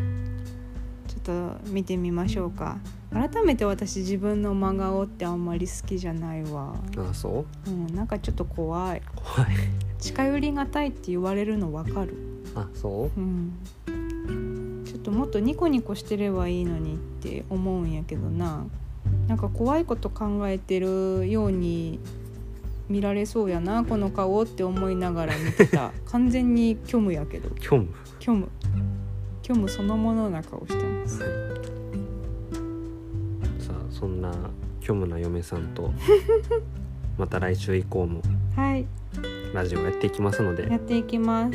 Speaker 2: っと見てみましょうか改めて私自分の真顔ってあんまり好きじゃないわ、
Speaker 1: ああそう
Speaker 2: うん、なんかちょっと怖い
Speaker 1: 怖い
Speaker 2: 近寄りがたいって言われるのわかる、
Speaker 1: あそう
Speaker 2: うん、ちょっともっとニコニコしてればいいのにって思うんやけどななんか怖いこと考えてるように見られそうやなこの顔って思いながら見てた完全に虚無やけど
Speaker 1: 虚無
Speaker 2: 虚無虚無そのものな顔してます
Speaker 1: さあそんな虚無な嫁さん
Speaker 2: <laughs>
Speaker 1: とまた来週以降も
Speaker 2: はい
Speaker 1: ラジオやっていきますの
Speaker 2: や
Speaker 1: で
Speaker 2: っていきます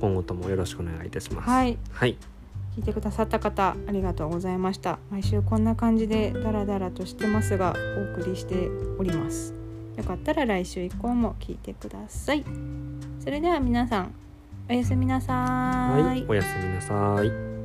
Speaker 1: 今後ともよろしくお願いいたします。
Speaker 2: はい
Speaker 1: はい、
Speaker 2: 聞いてくださった方ありがとうございました毎週こんな感じでダラダラとしてますがお送りしておりますよかったら来週以降も聞いてくださいそれでは皆さんおやすみなさー
Speaker 1: はい、おやすみなさい。